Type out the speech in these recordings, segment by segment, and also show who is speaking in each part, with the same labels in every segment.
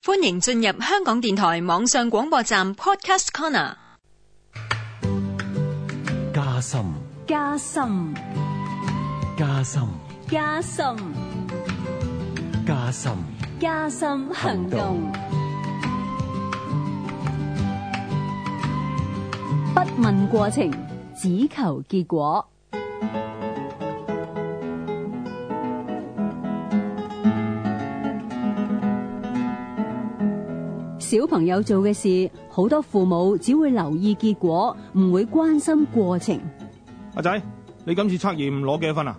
Speaker 1: 歡迎進入香港電台網上廣播站 Podcast Corner。
Speaker 2: 加深、
Speaker 3: 加深、
Speaker 2: 加深、
Speaker 3: 加深、
Speaker 2: 加深，
Speaker 3: 加深行動。不問過程，只求結果。小朋友做嘅事，好多父母只會留意結果，唔會關心過程。
Speaker 4: 阿仔，你今次測驗攞幾多分啊？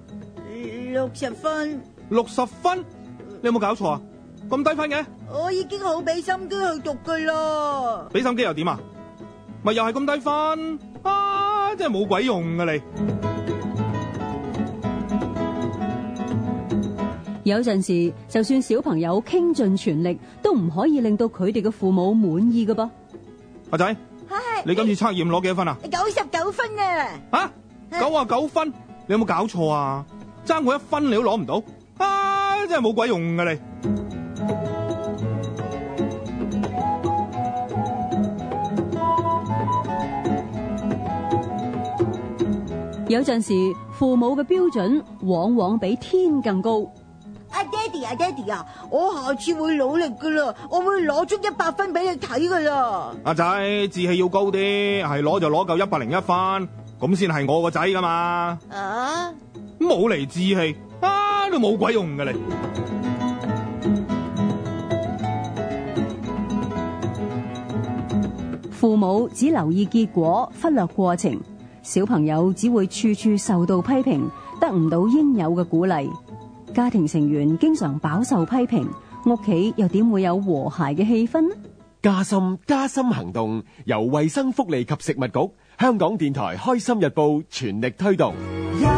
Speaker 5: 六十分，
Speaker 4: 六十分，你有冇搞錯啊？咁低分嘅，
Speaker 5: 我已經好俾心機去讀噶啦。
Speaker 4: 俾心機又點啊？咪又係咁低分啊！真係冇鬼用噶你。
Speaker 3: 有陣時，就算小朋友傾盡全力，都唔可以令到佢哋嘅父母滿意嘅噃。
Speaker 4: 阿仔，
Speaker 5: 係
Speaker 4: 你今次測驗攞幾多分啊？
Speaker 5: 九十九分啊！
Speaker 4: 啊，九啊九分，你有冇搞錯啊？爭我一分你都攞唔到啊！真係冇鬼用噶你。
Speaker 3: 有陣時，父母嘅標準往往比天更高。
Speaker 5: 阿爹哋啊，爹哋啊，我下次會努力噶啦，我會攞足一百分俾你睇噶啦。
Speaker 4: 阿仔，志氣要高啲，係攞就攞夠一百零一分，咁先係我個仔噶嘛。
Speaker 5: 啊，
Speaker 4: 冇嚟志氣啊，都冇鬼用噶你。
Speaker 3: 父母只留意結果，忽略過程，小朋友只會處處受到批評，得唔到應有嘅鼓勵。家庭成員經常飽受批評，屋企又點會有和諧嘅氣氛呢？
Speaker 2: 加深加深行動，由衛生福利及食物局、香港電台、開心日報全力推動。
Speaker 6: 一